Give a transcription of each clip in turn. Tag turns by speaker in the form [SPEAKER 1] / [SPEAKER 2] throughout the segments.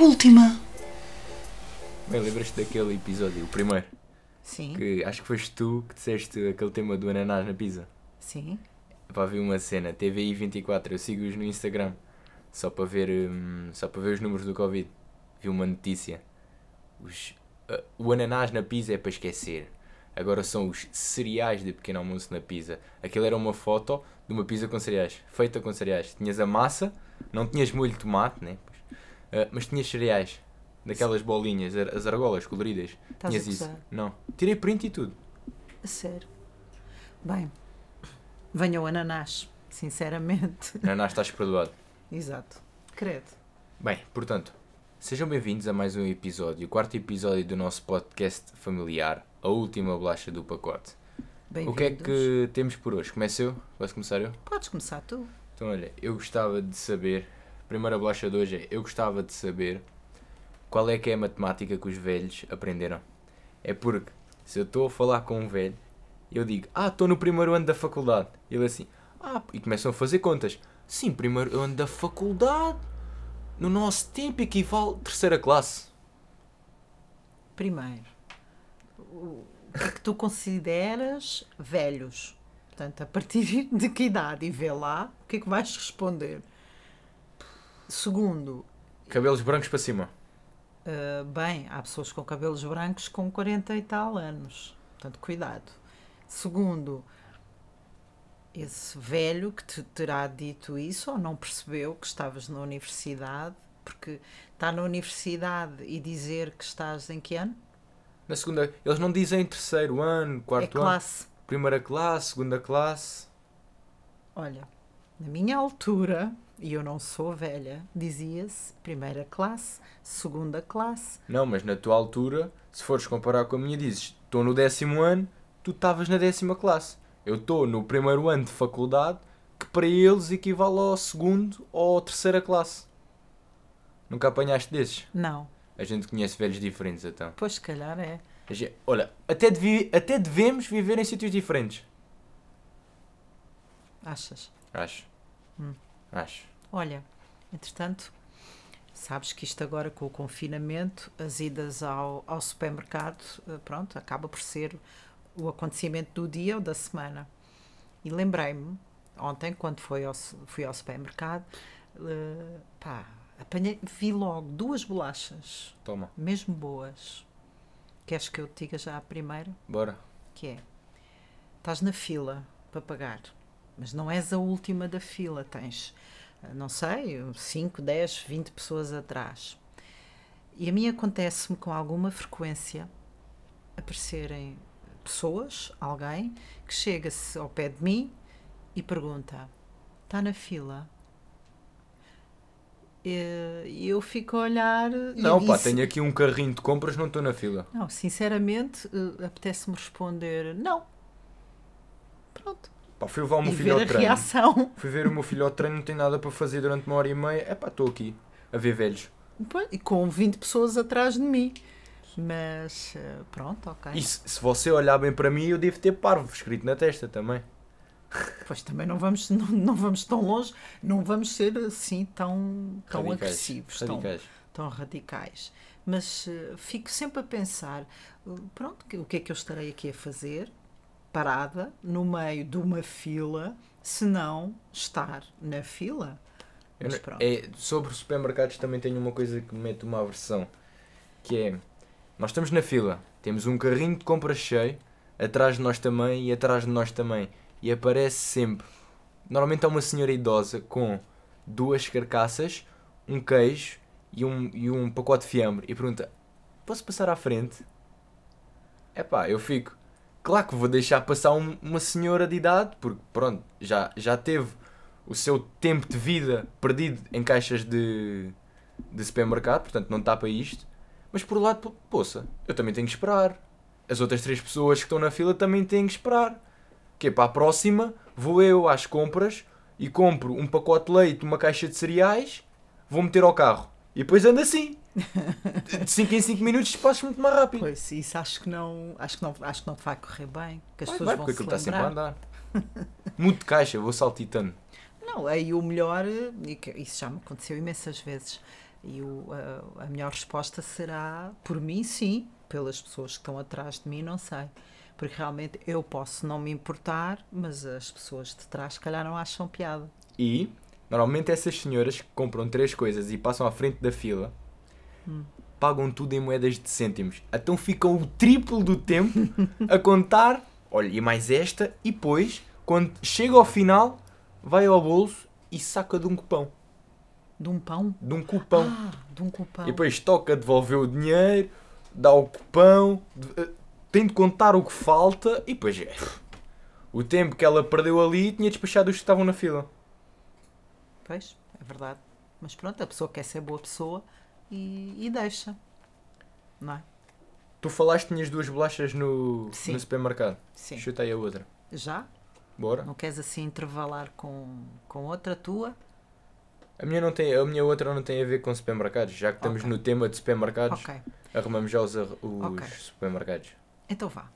[SPEAKER 1] última.
[SPEAKER 2] Bem, lembras-te daquele episódio, o primeiro,
[SPEAKER 3] Sim,
[SPEAKER 2] que acho que foste tu que disseste aquele tema do ananás na pizza.
[SPEAKER 3] sim.
[SPEAKER 2] Pá, vi uma cena, TVI24, eu sigo-os no Instagram, só para ver, hum, só para ver os números do Covid. Vi uma notícia. Os, ah, o ananás na pizza é para esquecer. Agora são os cereais de pequeno almoço na pizza. Aquilo era uma foto de uma pizza com cereais, feita com cereais. Tinhas a massa, não tinhas molho de tomate, né? Pois. Ah, mas tinhas cereais, daquelas bolinhas, ar- as argolas coloridas.
[SPEAKER 3] Estás a
[SPEAKER 2] tinhas isso.
[SPEAKER 3] gozar?
[SPEAKER 2] Não. Tirei print e tudo.
[SPEAKER 3] A sério. Bem, venha o ananás, sinceramente.
[SPEAKER 2] Ananás estás perdoado.
[SPEAKER 3] Exato. Credo.
[SPEAKER 2] Bem, portanto, sejam bem-vindos a mais um episódio, o quarto episódio do nosso podcast familiar, a última bolacha do pacote.
[SPEAKER 3] Bem-vindos.
[SPEAKER 2] O que é que temos por hoje? Começo eu? Posso começar eu?
[SPEAKER 3] Podes começar tu.
[SPEAKER 2] Então, olha, eu gostava de saber, a primeira bolacha de hoje é, eu gostava de saber qual é que é a matemática que os velhos aprenderam. É porque, se eu estou a falar com um velho, eu digo, ah, estou no primeiro ano da faculdade. Ele assim, ah, e começam a fazer contas. Sim, primeiro ano da faculdade, no nosso tempo equivale terceira classe.
[SPEAKER 3] Primeiro, o que é que tu consideras velhos? Portanto, a partir de que idade? E vê lá o que é que vais responder. Segundo,
[SPEAKER 2] Cabelos brancos para cima.
[SPEAKER 3] Uh, bem, há pessoas com cabelos brancos com 40 e tal anos. Portanto, cuidado. Segundo, esse velho que te terá dito isso ou não percebeu que estavas na universidade, porque está na universidade e dizer que estás em que ano?
[SPEAKER 2] Na segunda, eles não dizem terceiro ano, quarto
[SPEAKER 3] é classe.
[SPEAKER 2] ano, primeira classe, segunda classe.
[SPEAKER 3] Olha, na minha altura, e eu não sou velha, dizia-se primeira classe, segunda classe.
[SPEAKER 2] Não, mas na tua altura, se fores comparar com a minha, dizes: estou no décimo ano, tu estavas na décima classe. Eu estou no primeiro ano de faculdade, que para eles equivale ao segundo ou à terceira classe. Nunca apanhaste desses?
[SPEAKER 3] Não,
[SPEAKER 2] A gente conhece velhos diferentes, então.
[SPEAKER 3] pois se calhar é.
[SPEAKER 2] A gente- olha, até, devi- até devemos viver em sítios diferentes.
[SPEAKER 3] Achas?
[SPEAKER 2] Acho.
[SPEAKER 3] Hum.
[SPEAKER 2] Acho.
[SPEAKER 3] Olha, entretanto, sabes que isto agora com o confinamento, as idas ao, ao supermercado, eh, pronto, acaba por ser o acontecimento do dia ou da semana. E lembrei-me, ontem, quando foi ao, su- fui ao supermercado, eh, pá, apanhei, vi logo duas bolachas,
[SPEAKER 2] Toma,
[SPEAKER 3] mesmo boas. Queres que eu te diga já a primeira?
[SPEAKER 2] bora.
[SPEAKER 3] que é estás na fila para pagar, mas não és a última da fila, tens, ah, não sei, 5, 10, 20 pessoas atrás. E a mim acontece-me com alguma frequência aparecerem pessoas, alguém, que chega-se ao pé de mim e pergunta: está na fila? Eh, E eu fico a olhar. e-
[SPEAKER 2] Não,
[SPEAKER 3] e
[SPEAKER 2] pá,
[SPEAKER 3] se-
[SPEAKER 2] tenho aqui um carrinho de compras, não estou na fila.
[SPEAKER 3] não, sinceramente, eh, apetece-me responder não. Pronto.
[SPEAKER 2] Pá, fui levar o meu
[SPEAKER 3] e
[SPEAKER 2] filho
[SPEAKER 3] ver
[SPEAKER 2] ao
[SPEAKER 3] a
[SPEAKER 2] treino.
[SPEAKER 3] reação.
[SPEAKER 2] Fui ver o meu filho ao treino, não tem nada para fazer durante uma hora e meia. É pá, estou aqui a ver velhos.
[SPEAKER 3] Pois, E com 20 pessoas atrás de mim. Mas eh, pronto, ok.
[SPEAKER 2] E se, se você olhar bem para mim, eu devo ter parvo escrito na testa também.
[SPEAKER 3] Pois também não vamos, não, não vamos tão longe, não vamos ser assim tão, tão agressivos, tão-
[SPEAKER 2] Radicais.
[SPEAKER 3] tão radicais. Mas eh, fico sempre a pensar, eh, pronto, que- o que é que eu estarei aqui a fazer, parada, no meio de uma fila, se não estar na fila?
[SPEAKER 2] Eu
[SPEAKER 3] Mas
[SPEAKER 2] não-
[SPEAKER 3] pronto.
[SPEAKER 2] é, sobre supermercados também tenho uma coisa que me mete uma aversão. Que é, nós estamos na fila, temos um carrinho de compras cheio, atrás de nós também e atrás de nós também. E aparece sempre, normalmente há uma senhora idosa com duas carcaças, um queijo e um, e um pacote de fiambre. E pergunta, posso passar à frente? Epá, eu fico. Claro que vou deixar passar um- uma senhora de idade, porque pronto, já, já teve o seu tempo de vida perdido em caixas de, de supermercado, portanto não está para isto. Mas por outro lado, po- poça, eu também tenho que esperar. As outras três pessoas que estão na fila também têm que esperar. Que é para a próxima, vou eu às compras e compro um pacote de leite, uma caixa de cereais, vou meter ao carro. E depois ando assim. De 5 em 5 minutos passo muito mais rápido.
[SPEAKER 3] Pois, isso acho que não, acho que não, acho que não vai correr bem, que as pessoas
[SPEAKER 2] Vai,
[SPEAKER 3] vão
[SPEAKER 2] vai, porque
[SPEAKER 3] se
[SPEAKER 2] aquilo está sempre a
[SPEAKER 3] lembrar.
[SPEAKER 2] andar. Muito de caixa, vou saltitando.
[SPEAKER 3] Não, aí o melhor, eh, e que- isso já me aconteceu imensas vezes, E o, a, a melhor resposta será, por mim, sim, pelas pessoas que estão atrás de mim, não sei. Porque realmente eu posso não me importar, mas as pessoas de trás, se calhar, não acham piada.
[SPEAKER 2] E normalmente essas senhoras que compram três coisas e passam à frente da fila
[SPEAKER 3] Hum.
[SPEAKER 2] pagam tudo em moedas de cêntimos. Então ficam o triplo do tempo a contar. Olha, e mais esta, e depois, quando chega ao final, vai ao bolso e saca de um cupão.
[SPEAKER 3] De um pão?
[SPEAKER 2] De um cupão.
[SPEAKER 3] Ah, de um cupão.
[SPEAKER 2] E depois toca devolver o dinheiro, dá o cupão, de- eh, tem de contar o que falta e depois é. O tempo que ela perdeu ali tinha despachado os que estavam na fila.
[SPEAKER 3] Pois, é verdade. Mas pronto, a pessoa quer ser boa pessoa e, e deixa. Não é?
[SPEAKER 2] Tu falaste que tinhas duas bolachas no,
[SPEAKER 3] Sim.
[SPEAKER 2] no supermercado.
[SPEAKER 3] Sim.
[SPEAKER 2] Chuta aí a outra.
[SPEAKER 3] Já?
[SPEAKER 2] Bora.
[SPEAKER 3] Não queres assim intervalar com, com outra tua?
[SPEAKER 2] A minha, não tem, a minha outra não tem a ver com supermercados. Já que estamos
[SPEAKER 3] Ok.
[SPEAKER 2] no tema de supermercados,
[SPEAKER 3] Ok,
[SPEAKER 2] arrumamos já os, ar- os
[SPEAKER 3] Ok.
[SPEAKER 2] supermercados.
[SPEAKER 3] então vá.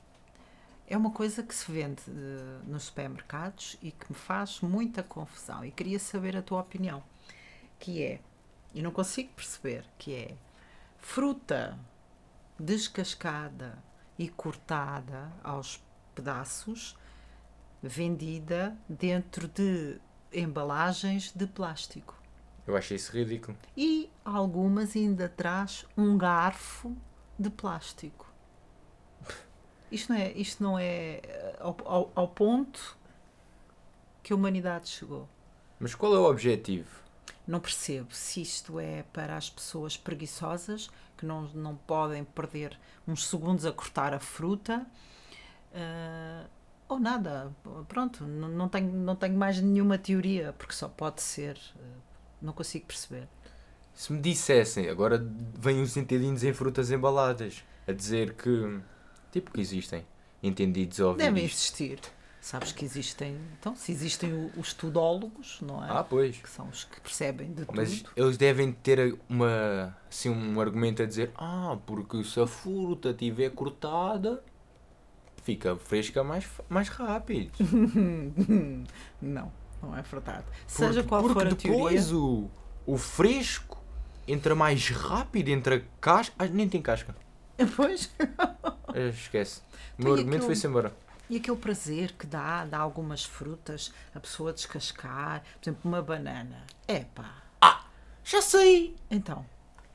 [SPEAKER 3] É uma coisa que se vende eh, nos supermercados e que me faz muita confusão e queria saber a tua opinião. Que é, e não consigo perceber, que é fruta descascada e cortada aos pedaços, vendida dentro de embalagens de plástico.
[SPEAKER 2] Eu acho isso ridículo.
[SPEAKER 3] e algumas ainda traz um garfo de plástico. Isto não é, isto não é eh, ao, ao- ao ponto que a humanidade chegou.
[SPEAKER 2] Mas qual é o objetivo?
[SPEAKER 3] Não percebo se isto é para as pessoas preguiçosas que não, não podem perder uns segundos a cortar a fruta eh, ou nada. Pronto, n- não tenho, não tenho mais nenhuma teoria porque só pode ser. eh, não consigo perceber.
[SPEAKER 2] Se me dissessem, agora vêm os entendinhos em frutas embaladas a dizer que. Tipo que existem. Entendidos ao ouvir
[SPEAKER 3] Devem
[SPEAKER 2] isto.
[SPEAKER 3] existir. Sabes que existem. Então, se existem o- os tudólogos, não é?
[SPEAKER 2] Ah, pois.
[SPEAKER 3] Que são os que percebem de
[SPEAKER 2] Mas
[SPEAKER 3] tudo.
[SPEAKER 2] eles devem ter uma, assim, um argumento a dizer: Ah, porque se a fruta estiver cortada, fica fresca mais, f- mais rápido.
[SPEAKER 3] Não, não é verdade. Seja qual
[SPEAKER 2] porque
[SPEAKER 3] for a teoria.
[SPEAKER 2] depois o, o fresco entra mais rápido entre a casca. Ah, nem tem casca.
[SPEAKER 3] Pois.
[SPEAKER 2] Eh, Esquece. O
[SPEAKER 3] Então,
[SPEAKER 2] meu
[SPEAKER 3] e
[SPEAKER 2] argumento
[SPEAKER 3] aquilo-
[SPEAKER 2] foi-se embora.
[SPEAKER 3] E aquele prazer que dá, dá algumas frutas, a pessoa descascar, por exemplo, uma banana. Epá.
[SPEAKER 2] Já sei!
[SPEAKER 3] Então,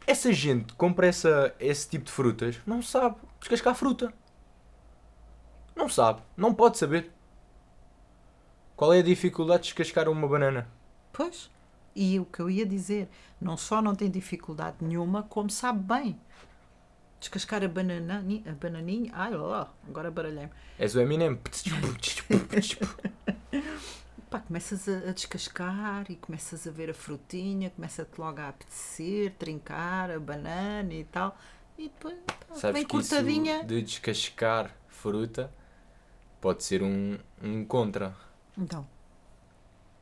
[SPEAKER 2] Essa gente que compra essa, esse tipo de frutas não sabe descascar a fruta. Não sabe. Não pode saber. Qual é a dificuldade de descascar uma banana?
[SPEAKER 3] pois. E o que eu ia dizer, não só não tem dificuldade nenhuma, como sabe bem. Descascar a bananinha, a bananinha, ai lá, agora baralhei-me.
[SPEAKER 2] És o Eminem.
[SPEAKER 3] Pá, começas a, a descascar e começas a ver a frutinha, começa-te logo a apetecer, trincar a banana e tal. E depois pá,
[SPEAKER 2] Sabes
[SPEAKER 3] bem
[SPEAKER 2] que isso
[SPEAKER 3] cortadinha.
[SPEAKER 2] de descascar fruta pode ser um, um contra.
[SPEAKER 3] Então,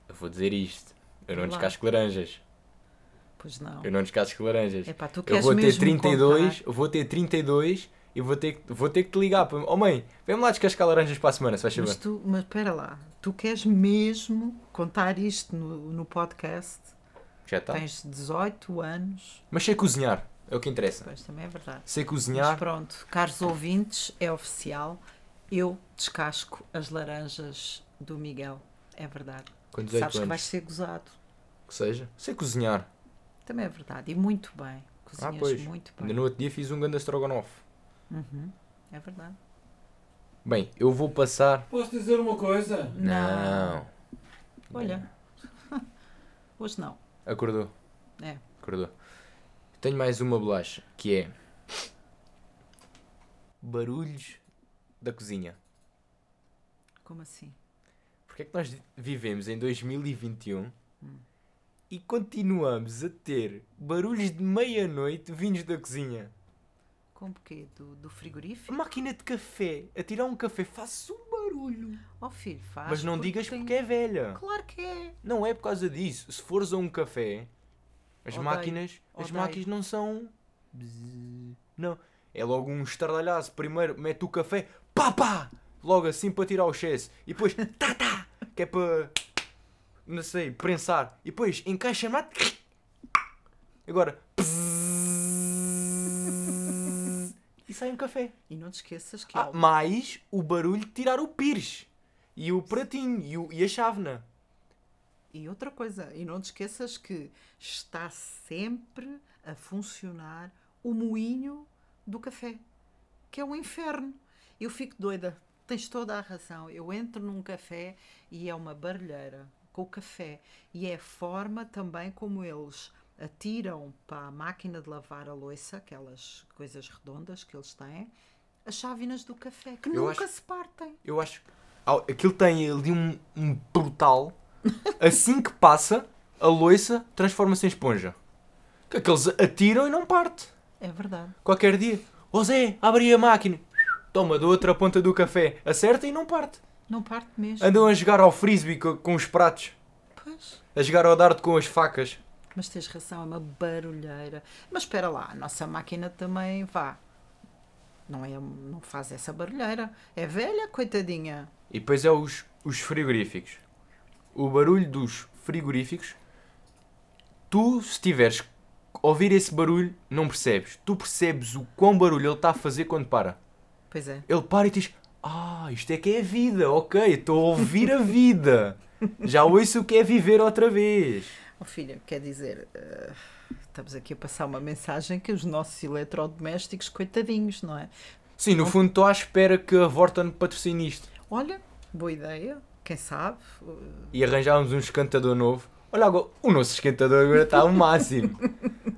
[SPEAKER 2] Eu vou dizer isto. Eu não
[SPEAKER 3] Lá.
[SPEAKER 2] descasco laranjas.
[SPEAKER 3] pois não.
[SPEAKER 2] Eu não descasco laranjas.
[SPEAKER 3] Epá, tu
[SPEAKER 2] Eu
[SPEAKER 3] queres
[SPEAKER 2] vou ter
[SPEAKER 3] É mesmo um
[SPEAKER 2] 32,
[SPEAKER 3] contar?
[SPEAKER 2] eu vou ter 32 e vou ter, que- vou ter que te ligar. para- Oh mãe, vem lá descascar laranjas para a semana, se vais saber.
[SPEAKER 3] Mas tu, mas espera lá, tu queres mesmo contar isto no, no podcast?
[SPEAKER 2] Já está.
[SPEAKER 3] Tens 18 anos,
[SPEAKER 2] Mas sei cozinhar, é o que interessa.
[SPEAKER 3] pois também é verdade.
[SPEAKER 2] Sei
[SPEAKER 3] Mas
[SPEAKER 2] cozinhar,
[SPEAKER 3] pronto, caros ouvintes, é oficial. Eu descasco as laranjas do Miguel. É verdade.
[SPEAKER 2] com
[SPEAKER 3] Sabes
[SPEAKER 2] 18
[SPEAKER 3] que
[SPEAKER 2] anos,
[SPEAKER 3] vais ser gozado.
[SPEAKER 2] que seja. Sei cozinhar.
[SPEAKER 3] Também é verdade. E muito bem.
[SPEAKER 2] Ah,
[SPEAKER 3] Cozinhas
[SPEAKER 2] pois.
[SPEAKER 3] muito
[SPEAKER 2] Ainda
[SPEAKER 3] bem.
[SPEAKER 2] no outro dia fiz um ganda strogonoff.
[SPEAKER 3] Uhum, É verdade.
[SPEAKER 2] Bem, eu vou passar...
[SPEAKER 1] Posso dizer uma coisa?
[SPEAKER 2] Não.
[SPEAKER 3] Olha. Hoje não.
[SPEAKER 2] Acordou.
[SPEAKER 3] É.
[SPEAKER 2] Acordou. Tenho mais uma bolacha, que é... Barulhos da cozinha.
[SPEAKER 3] Como assim?
[SPEAKER 2] Porque é que nós vivemos em 2021
[SPEAKER 3] Hum.
[SPEAKER 2] e continuamos a ter barulhos de meia-noite vindos da cozinha?
[SPEAKER 3] Com o quê? Do, do
[SPEAKER 2] A
[SPEAKER 3] frigorífico?
[SPEAKER 2] máquina de café, a tirar um café, faz um barulho.
[SPEAKER 3] Oh filho, faz.
[SPEAKER 2] Mas não digas
[SPEAKER 3] tem-
[SPEAKER 2] porque é velha.
[SPEAKER 3] Claro que é.
[SPEAKER 2] Não é por causa disso. Se fores a um café, as
[SPEAKER 3] Odeio.
[SPEAKER 2] máquinas, as
[SPEAKER 3] Odeio.
[SPEAKER 2] máquinas não são. Não, é logo um estardalhaço. Primeiro mete o café, pá pá, logo assim para tirar o excesso. E depois, tá tá, que é para, não sei, prensar. E depois encaixa-me. Agora, pss, e sai um café.
[SPEAKER 3] E não te esqueças que
[SPEAKER 2] Ah,
[SPEAKER 3] ao-
[SPEAKER 2] mais o barulho de tirar o pires e o pratinho e, o- e a chávena.
[SPEAKER 3] E outra coisa, e não te esqueças que está sempre a funcionar o moinho do café, que é um inferno. Eu fico doida, tens toda a razão. Eu entro num café e é uma barulheira com o café. E é a forma também como eles atiram para a máquina de lavar a louça, aquelas coisas redondas que eles têm, as chávenas do café, que
[SPEAKER 2] Eu
[SPEAKER 3] nunca
[SPEAKER 2] acho-
[SPEAKER 3] se partem.
[SPEAKER 2] Eu acho. Ah, aquilo tem ali um, um brutal. Assim que passa, a loiça transforma-se em esponja. Que aqueles atiram e não parte.
[SPEAKER 3] É verdade.
[SPEAKER 2] Qualquer dia. Ô Zé, abri a máquina. Toma da outra ponta do café. Acerta e não parte.
[SPEAKER 3] Não parte mesmo.
[SPEAKER 2] Andam a jogar ao frisbee co- com, os pratos.
[SPEAKER 3] Pois.
[SPEAKER 2] A jogar ao dardo com as facas.
[SPEAKER 3] Mas tens razão, é uma barulheira. Mas espera lá, a nossa máquina também vá. Não, é, não faz essa barulheira. É velha, coitadinha.
[SPEAKER 2] E depois é os, os frigoríficos. O barulho dos frigoríficos. Tu, se tiveres que ouvir esse barulho, não percebes. Tu percebes o quão barulho ele está a fazer quando para.
[SPEAKER 3] Pois é.
[SPEAKER 2] Ele para e diz: Ah, isto é que é a vida, ok, estou a ouvir a vida. Já ouço o que é viver outra vez.
[SPEAKER 3] Oh, filha, quer dizer, eh, estamos aqui a passar uma mensagem que os nossos eletrodomésticos, coitadinhos, não é?
[SPEAKER 2] Sim, no fundo estou à espera que a Vorton patrocine isto
[SPEAKER 3] Olha, boa ideia. Quem sabe? eh,
[SPEAKER 2] e arranjarmos um esquentador novo. Olha agora, o nosso esquentador agora está ao máximo.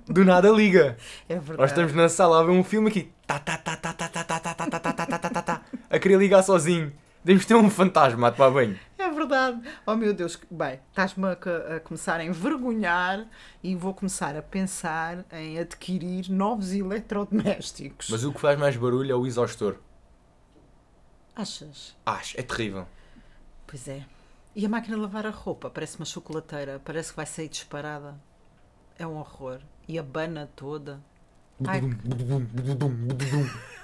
[SPEAKER 2] Do nada liga.
[SPEAKER 3] É verdade.
[SPEAKER 2] Nós estamos na sala a ver um filme aqui. Tá, tá, tá, tá, tá, tá, tá, tá, tá, tá, tá, tá, tá, tá, tá, tá. A querer ligar sozinho. Devemos ter um fantasma a tomar banho.
[SPEAKER 3] É verdade. Oh meu Deus, que- bem, estás-me a, co- a começar a envergonhar e vou começar a pensar em adquirir novos eletrodomésticos.
[SPEAKER 2] Mas o que faz mais barulho é o exaustor.
[SPEAKER 3] Achas?
[SPEAKER 2] Acho, é terrível.
[SPEAKER 3] Pois é. E a máquina de lavar a roupa? Parece uma chocolateira. Parece que vai sair disparada. É um horror. E a bana toda. Ai,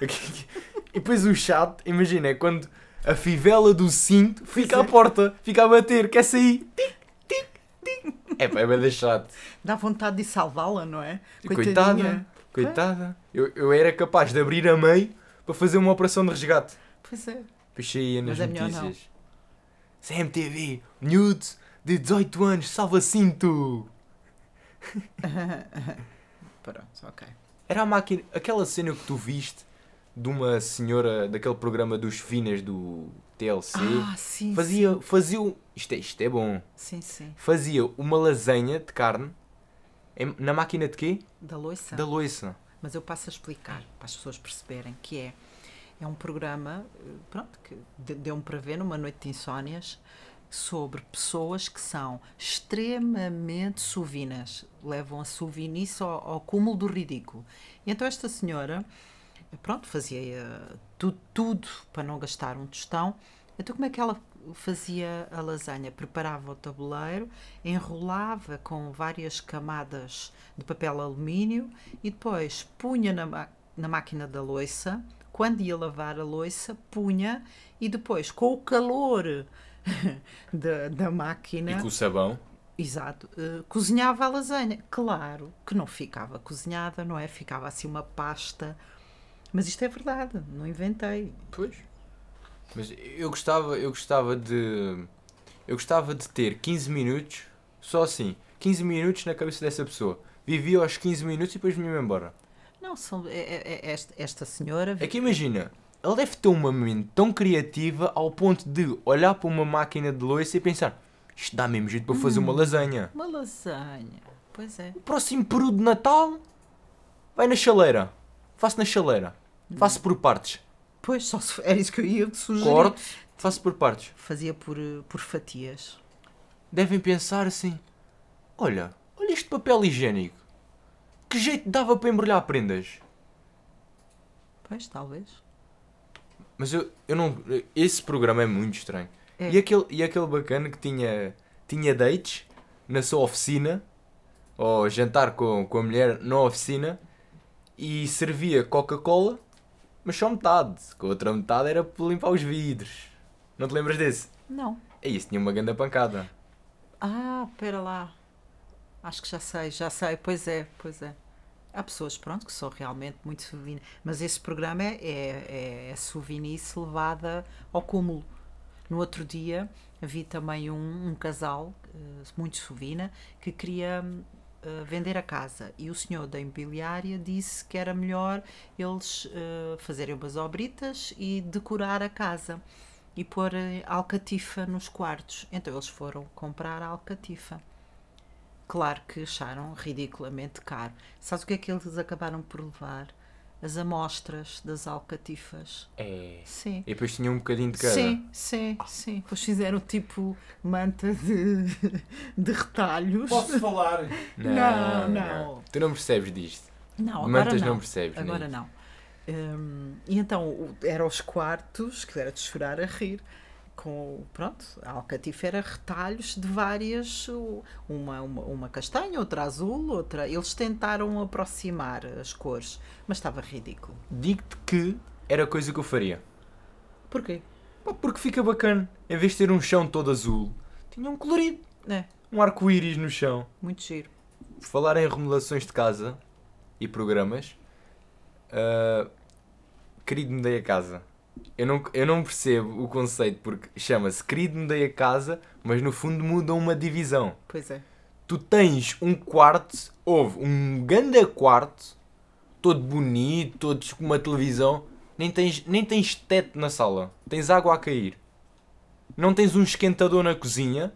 [SPEAKER 2] E depois o chato, imagina, é quando a fivela do cinto fica
[SPEAKER 3] é.
[SPEAKER 2] à porta, fica a bater, quer sair. Tic, tic, tic. É pá, é bem chato.
[SPEAKER 3] dá vontade de salvá-la, não é?
[SPEAKER 2] Coitada, coitada. Eu, eu era capaz de abrir a meio para fazer uma operação de resgate.
[SPEAKER 3] Pois é.
[SPEAKER 2] Depois saía nas
[SPEAKER 3] Mas é melhor
[SPEAKER 2] notícias. CMTV, nude de 18 anos, salva cinto.
[SPEAKER 3] Pronto, ok.
[SPEAKER 2] Era a máquina, aquela cena que tu viste de uma senhora daquele programa dos Finas do TLC.
[SPEAKER 3] Ah, sim.
[SPEAKER 2] Fazia, fazia, um- isto é, isto é bom,
[SPEAKER 3] Sim, sim.
[SPEAKER 2] fazia uma lasanha de carne em- na máquina de quê?
[SPEAKER 3] Da loiça.
[SPEAKER 2] Da loiça.
[SPEAKER 3] mas eu passo a explicar para as pessoas perceberem que é é um programa eh, pronto que de- deu-me para ver numa noite de insónias sobre pessoas que são extremamente sovinas levam a sovinice ao, ao cúmulo do ridículo e então esta senhora eh, pronto fazia eh, tudo, tudo para não gastar um tostão então como é que ela fazia a lasanha preparava o tabuleiro enrolava com várias camadas de papel alumínio e depois punha na, ma- na máquina da loiça. Quando ia lavar a loiça, punha e depois, com o calor da, da máquina,
[SPEAKER 2] E com o sabão.
[SPEAKER 3] exato, eh, cozinhava a lasanha. Claro que não ficava cozinhada, não é? Ficava assim uma pasta. Mas isto é verdade, não inventei.
[SPEAKER 2] Pois. Mas eu gostava, eu gostava de. Eu gostava de ter 15 minutos, só assim, 15 minutos na cabeça dessa pessoa. Vivia aos 15 minutos e depois me ia embora.
[SPEAKER 3] Não, são, é- é- é esta, esta senhora.
[SPEAKER 2] É que imagina, ele deve ter uma mente tão criativa ao ponto de olhar para uma máquina de louça e pensar: isto dá mesmo jeito para fazer uma lasanha.
[SPEAKER 3] Uma lasanha. Pois é.
[SPEAKER 2] O próximo peru de Natal vai na chaleira. Faço na chaleira. Faço por partes.
[SPEAKER 3] Pois, só se, era isso que eu ia sugerir.
[SPEAKER 2] Corto, faço por partes.
[SPEAKER 3] Fazia por, eh, por fatias.
[SPEAKER 2] devem pensar assim: olha, olha este papel higiênico. Que jeito dava para embrulhar prendas?
[SPEAKER 3] Pois, talvez.
[SPEAKER 2] Mas eu, eu não. Esse programa é muito estranho.
[SPEAKER 3] É.
[SPEAKER 2] E, aquele, e aquele bacana que tinha, tinha dates na sua oficina, ou jantar com, com a mulher na oficina, e servia Coca-Cola, mas só metade, que a outra metade era para limpar os vidros. Não te lembras desse?
[SPEAKER 3] Não.
[SPEAKER 2] É isso, tinha uma grande pancada.
[SPEAKER 3] Ah, pera lá. Acho que já sei, já sei. Pois é, pois é. Há pessoas, pronto, que são realmente muito souvenirs. Mas esse programa é, é, é souvenirs levada ao cúmulo. No outro dia vi também um, um casal, eh, muito sovina, que queria hum, eh, vender a casa. E o senhor da imobiliária disse que era melhor eles eh, fazerem umas obritas e decorar a casa. E pôr eh, alcatifa nos quartos. Então eles foram comprar a alcatifa. Claro que acharam ridiculamente caro. Sabes o que é que eles acabaram por levar? As amostras das alcatifas.
[SPEAKER 2] É.
[SPEAKER 3] Sim.
[SPEAKER 2] E depois tinha um bocadinho de cada.
[SPEAKER 3] Sim, sim, sim. Depois fizeram tipo manta de, de retalhos.
[SPEAKER 1] Posso falar?
[SPEAKER 3] Não, não.
[SPEAKER 2] Tu não percebes disto.
[SPEAKER 3] Não, agora
[SPEAKER 2] Mantas
[SPEAKER 3] não.
[SPEAKER 2] não percebes, né?
[SPEAKER 3] Agora não. Hum, e então o- era os quartos, que era de chorar a rir, com, pronto, a alcatifa era retalhos de várias, o- uma, uma, uma castanha, outra azul, outra... Eles tentaram aproximar as cores, mas estava ridículo.
[SPEAKER 2] Digo-te que era a coisa que eu faria.
[SPEAKER 3] Porquê?
[SPEAKER 2] Pá, porque fica bacana. Em vez de ter um chão todo azul, tinha um colorido.
[SPEAKER 3] É,
[SPEAKER 2] Um arco-íris no chão.
[SPEAKER 3] muito giro.
[SPEAKER 2] Por falar em remodelações de casa e programas, ah, querido mudei a casa. Eu não, eu não percebo o conceito porque chama-se querido mudei a casa, mas no fundo mudam uma divisão.
[SPEAKER 3] Pois é.
[SPEAKER 2] Tu tens um quarto, houve um grande quarto, todo bonito, todo com uma televisão, nem tens, nem tens teto na sala, tens água a cair. Não tens um esquentador na cozinha,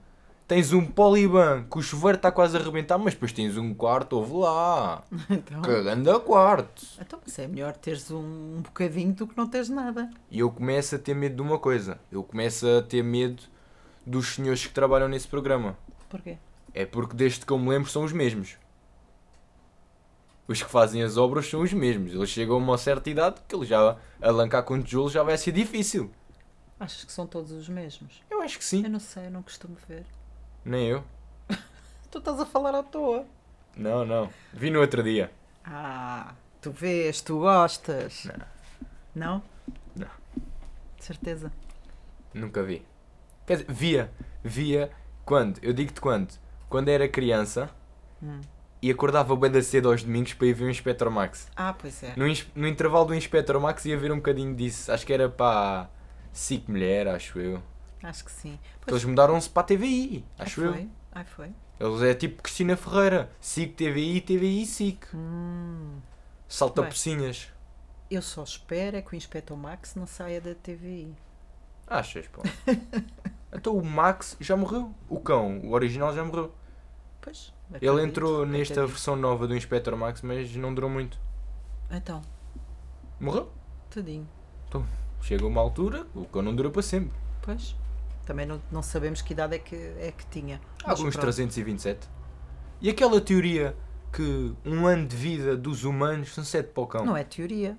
[SPEAKER 2] tens um poliban que o chuveiro está quase a arrebentar, mas depois tens um quarto, houve lá.
[SPEAKER 3] Então,
[SPEAKER 2] Que grande quarto.
[SPEAKER 3] então mas é melhor teres um, um bocadinho do que não teres nada.
[SPEAKER 2] E eu começo a ter medo de uma coisa, eu começo a ter medo dos senhores que trabalham nesse programa.
[SPEAKER 3] Porquê?
[SPEAKER 2] É porque desde que eu me lembro são os mesmos. Os que fazem as obras são os mesmos. Eles chegam a uma certa idade que ele já alancar com tijolo já vai ser difícil.
[SPEAKER 3] Achas que são todos os mesmos?
[SPEAKER 2] Eu acho que
[SPEAKER 3] Eu
[SPEAKER 2] sim.
[SPEAKER 3] não sei, eu não costumo ver.
[SPEAKER 2] Nem eu.
[SPEAKER 3] Tu estás a falar à toa.
[SPEAKER 2] Não, não. Vi no outro dia.
[SPEAKER 3] Ah, tu vês, tu gostas. Não?
[SPEAKER 2] Não.
[SPEAKER 3] De certeza.
[SPEAKER 2] Nunca vi. Quer dizer, via. Via quando? Eu digo-te quando. Quando era criança
[SPEAKER 3] Hum.
[SPEAKER 2] e acordava bem da cedo aos domingos para ir ver o Inspector Max.
[SPEAKER 3] Ah, pois é.
[SPEAKER 2] No, ins- no intervalo do Inspector Max ia ver um bocadinho disso. Acho que era para 5 mulher, acho eu.
[SPEAKER 3] Acho que sim.
[SPEAKER 2] Eles mudaram-se para a TVI,
[SPEAKER 3] ai,
[SPEAKER 2] acho eu.
[SPEAKER 3] Ah, foi. Ai, foi.
[SPEAKER 2] Eles é tipo Cristina Ferreira, SIC TVI, TVI SIC.
[SPEAKER 3] Hum.
[SPEAKER 2] Salta
[SPEAKER 3] Bem.
[SPEAKER 2] pocinhas.
[SPEAKER 3] Eu só espero é que o Inspector Max não saia da TVI.
[SPEAKER 2] Achas, pô? então o Max já morreu. O cão, o original já morreu.
[SPEAKER 3] Pois.
[SPEAKER 2] Ele
[SPEAKER 3] acredito,
[SPEAKER 2] entrou nesta
[SPEAKER 3] coitadinho.
[SPEAKER 2] versão nova do Inspector Max, mas não durou muito.
[SPEAKER 3] Então,
[SPEAKER 2] Morreu.
[SPEAKER 3] tudinho.
[SPEAKER 2] Chega uma altura, o cão não dura para sempre.
[SPEAKER 3] Pois. Também não, não sabemos que idade é que, é que tinha. Mas
[SPEAKER 2] Alguns
[SPEAKER 3] pronto.
[SPEAKER 2] 327. E aquela teoria que um ano de vida dos humanos são 7 para o cão.
[SPEAKER 3] Não é teoria.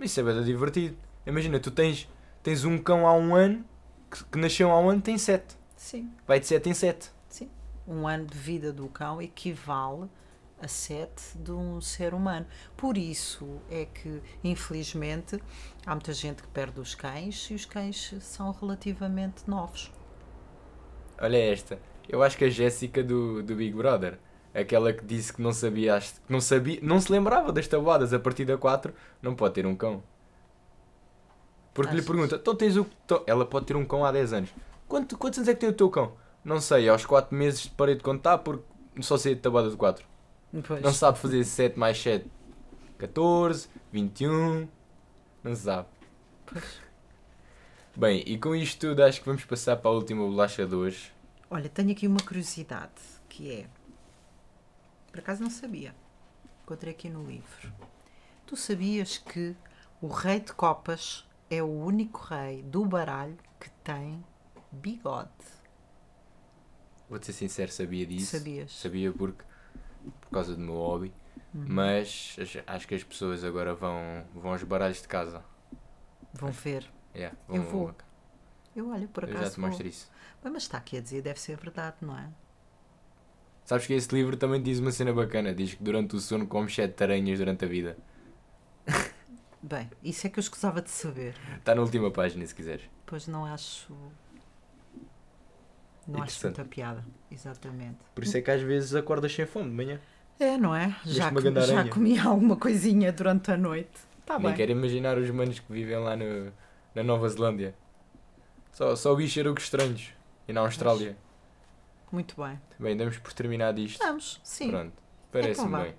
[SPEAKER 2] Isso é bem divertido. Imagina, tu tens, tens um cão há um ano, que, que nasceu há um ano, tem 7.
[SPEAKER 3] Sim.
[SPEAKER 2] Vai de 7 em 7.
[SPEAKER 3] um ano de vida do cão equivale a sete de um ser humano. Por isso é que, infelizmente, há muita gente que perde os cães e os cães são relativamente novos.
[SPEAKER 2] Olha esta. Eu acho que a Jéssica do, do Big Brother, aquela que disse que não sabia, as- que não sabia, não se lembrava das tabuadas a partir da 4, não pode ter um cão. Porque lhe
[SPEAKER 3] Achas?
[SPEAKER 2] pergunta, então tens o então-" ela pode ter um cão há 10 anos. Quanto, quantos anos é que tem o teu cão? Não sei, aos 4 meses parei de contar porque só sei de tabuada de 4.
[SPEAKER 3] Pois,
[SPEAKER 2] Não sabe fazer 7 mais 7. 14, 21. Não sabe.
[SPEAKER 3] pois.
[SPEAKER 2] Bem, e com isto tudo acho que vamos passar para a última bolacha de hoje.
[SPEAKER 3] Olha, tenho aqui uma curiosidade que é. Por acaso não sabia. Encontrei aqui no livro. Tu sabias que o rei de copas é o único rei do baralho que tem bigode?
[SPEAKER 2] Vou-te ser sincero, sabia disso.
[SPEAKER 3] Sabias.
[SPEAKER 2] Sabia porque, por causa do meu hobby.
[SPEAKER 3] Uhum.
[SPEAKER 2] Mas acho- acho que as pessoas agora vão, vão aos baralhos de casa.
[SPEAKER 3] Vão ver.
[SPEAKER 2] Yeah,
[SPEAKER 3] Eu
[SPEAKER 2] vão-
[SPEAKER 3] vou, Eu olho por
[SPEAKER 2] Eu
[SPEAKER 3] acaso.
[SPEAKER 2] já te
[SPEAKER 3] vou.
[SPEAKER 2] mostro isso.
[SPEAKER 3] Bem, Ah, Mas está aqui a dizer, deve ser verdade, não é?
[SPEAKER 2] Sabes que esse livro também diz uma cena bacana. Diz que durante o sono comes sete taranhas durante a vida.
[SPEAKER 3] Bem, isso é que eu escusava de saber,
[SPEAKER 2] Está na última página, se quiseres.
[SPEAKER 3] pois não acho. Não acho
[SPEAKER 2] Interessante.
[SPEAKER 3] muita piada, exatamente.
[SPEAKER 2] Por isso é que às vezes acordas sem fome de manhã.
[SPEAKER 3] É, não é? Já,
[SPEAKER 2] Deste uma
[SPEAKER 3] com-
[SPEAKER 2] grande
[SPEAKER 3] já
[SPEAKER 2] aranha.
[SPEAKER 3] comi alguma coisinha durante a noite. Está
[SPEAKER 2] Nem
[SPEAKER 3] Ah, bem.
[SPEAKER 2] quero imaginar os manos que vivem lá no, na Nova Zelândia. Só, só bicho era o que estranhos. E na Austrália.
[SPEAKER 3] Muito bem.
[SPEAKER 2] Bem, damos por terminado isto.
[SPEAKER 3] Vamos, Ah, sim. Então
[SPEAKER 2] Pronto. Parece-me
[SPEAKER 3] vá.
[SPEAKER 2] bem.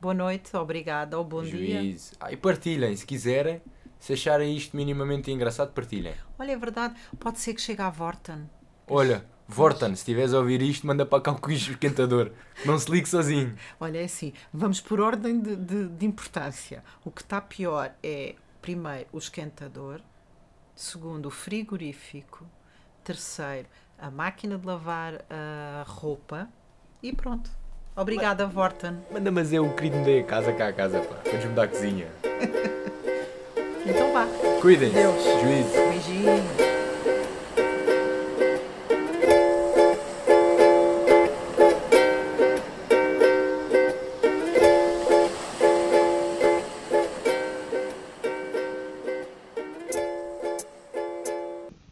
[SPEAKER 3] Boa noite, obrigada ou bom dia.
[SPEAKER 2] Juízo. Ah, e partilhem, se quiserem. Se acharem isto minimamente engraçado, partilhem.
[SPEAKER 3] Olha, é verdade, pode ser que chegue à Vorten.
[SPEAKER 2] Olha, Vortan, se estiveres a ouvir isto, manda para cá o quiz esquentador. Não se ligue sozinho.
[SPEAKER 3] Olha, é assim, vamos por ordem de, de- de importância. O que está pior é, primeiro, o esquentador, segundo, o frigorífico, terceiro, a máquina de lavar a roupa e pronto. Obrigada, Vorten.
[SPEAKER 2] Manda, mas eu querido me dei a casa cá a casa, pá. Vamos mudar a cozinha.
[SPEAKER 3] Então vá,
[SPEAKER 2] Cuidem-se.
[SPEAKER 3] Deus.
[SPEAKER 2] Juízo.
[SPEAKER 3] beijinho.